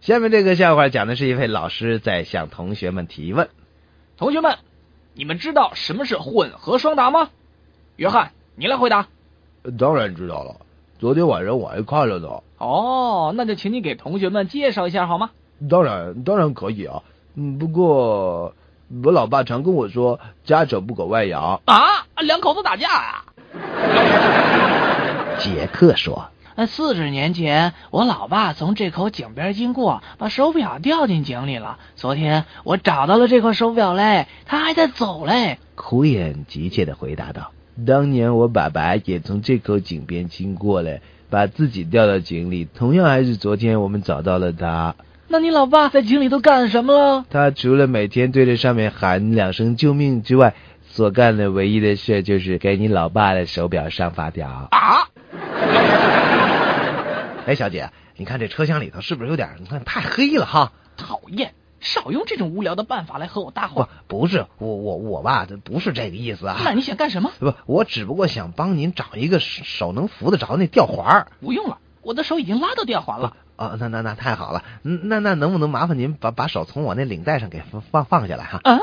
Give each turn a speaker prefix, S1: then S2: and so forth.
S1: 下面这个笑话讲的是一位老师在向同学们提问。
S2: 同学们，你们知道什么是混合双打吗？约翰，你来回答。
S3: 当然知道了，昨天晚上我还看了呢。
S2: 哦，那就请你给同学们介绍一下好吗？
S3: 当然，当然可以啊。嗯，不过我老爸常跟我说，家丑不可外扬。
S2: 啊，两口子打架啊！
S1: 杰克说
S4: 呃四十年前，我老爸从这口井边经过，把手表掉进井里了。昨天我找到了这块手表嘞，它还在走嘞。：“
S1: 苦眼急切的回答道。
S3: 当年我爸爸也从这口井边经过了，把自己掉到井里。同样还是昨天我们找到了他。
S4: 那你老爸在井里都干什么了？
S3: 他除了每天对着上面喊两声救命之外，所干的唯一的事就是给你老爸的手表上发条。
S2: 啊，
S1: 哎，小姐，你看这车厢里头是不是有点，你看太黑了哈？
S2: 讨厌！少用这种无聊的办法来和我搭
S1: 不
S2: 话。，
S1: 不是，我我我吧，这不是这个意思啊。
S2: 那你想干什么？
S1: 不，我只不过想帮您找一个手手能扶得着那吊环儿。
S2: 不用了，我的手已经拉到吊环了。
S1: 啊，那那那太好了，嗯那那能不能麻烦您把把手从我那领带上给放放放下来哈、
S2: 啊，